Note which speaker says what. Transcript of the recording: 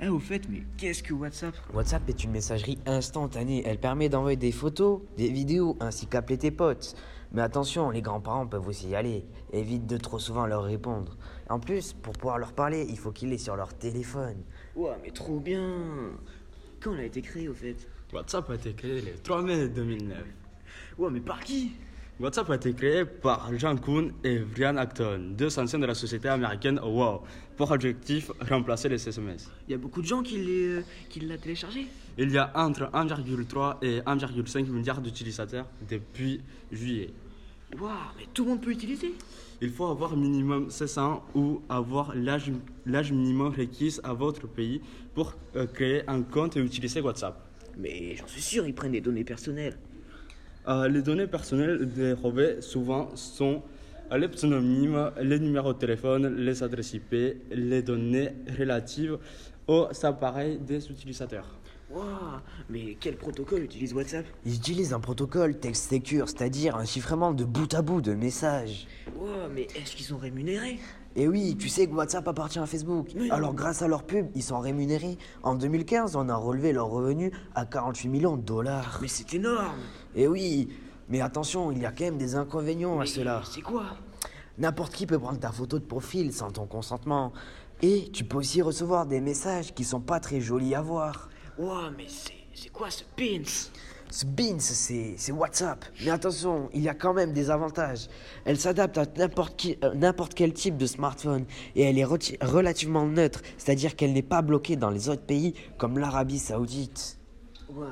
Speaker 1: Ah, au fait, mais qu'est-ce que WhatsApp
Speaker 2: WhatsApp est une messagerie instantanée. Elle permet d'envoyer des photos, des vidéos, ainsi qu'appeler tes potes. Mais attention, les grands-parents peuvent aussi y aller. Évite de trop souvent leur répondre. En plus, pour pouvoir leur parler, il faut qu'il est sur leur téléphone.
Speaker 1: Ouah, mais trop bien Quand elle a été créée, au fait
Speaker 3: WhatsApp a été créé le 3 mai 2009.
Speaker 1: Ouah, mais par qui
Speaker 3: WhatsApp a été créé par Jean Kuhn et Brian Acton, deux anciens de la société américaine WOW, pour objectif remplacer les SMS.
Speaker 1: Il y a beaucoup de gens qui l'ont qui l'a téléchargé.
Speaker 3: Il y a entre 1,3 et 1,5 milliard d'utilisateurs depuis juillet.
Speaker 1: Waouh, mais tout le monde peut l'utiliser
Speaker 3: Il faut avoir minimum 16 ans ou avoir l'âge l'âge minimum requis à votre pays pour euh, créer un compte et utiliser WhatsApp.
Speaker 1: Mais j'en suis sûr, ils prennent des données personnelles.
Speaker 3: Euh, les données personnelles des Robets souvent sont euh, les pseudonymes, les numéros de téléphone, les adresses IP, les données relatives aux appareils des utilisateurs.
Speaker 1: Waouh, mais quel protocole utilise WhatsApp
Speaker 2: Ils utilisent un protocole texte secure, c'est-à-dire un chiffrement de bout à bout de messages.
Speaker 1: Waouh, mais est-ce qu'ils sont rémunérés
Speaker 2: Et oui, tu sais que WhatsApp appartient à Facebook.
Speaker 1: Mais non.
Speaker 2: Alors grâce à leur pub, ils sont rémunérés. En 2015, on a relevé leurs revenus à 48 millions de dollars.
Speaker 1: Mais c'est énorme
Speaker 2: Et oui, mais attention, il y a quand même des inconvénients à
Speaker 1: Mais
Speaker 2: cela.
Speaker 1: C'est quoi
Speaker 2: N'importe qui peut prendre ta photo de profil sans ton consentement. Et tu peux aussi recevoir des messages qui sont pas très jolis à voir.
Speaker 1: Waouh, mais c'est c'est quoi ce pins
Speaker 2: Ce Beans, c'est c'est WhatsApp. Mais attention, il y a quand même des avantages. Elle s'adapte à n'importe qui- euh, n'importe quel type de smartphone et elle est reti- relativement neutre, c'est-à-dire qu'elle n'est pas bloquée dans les autres pays comme l'Arabie Saoudite.
Speaker 1: Waouh,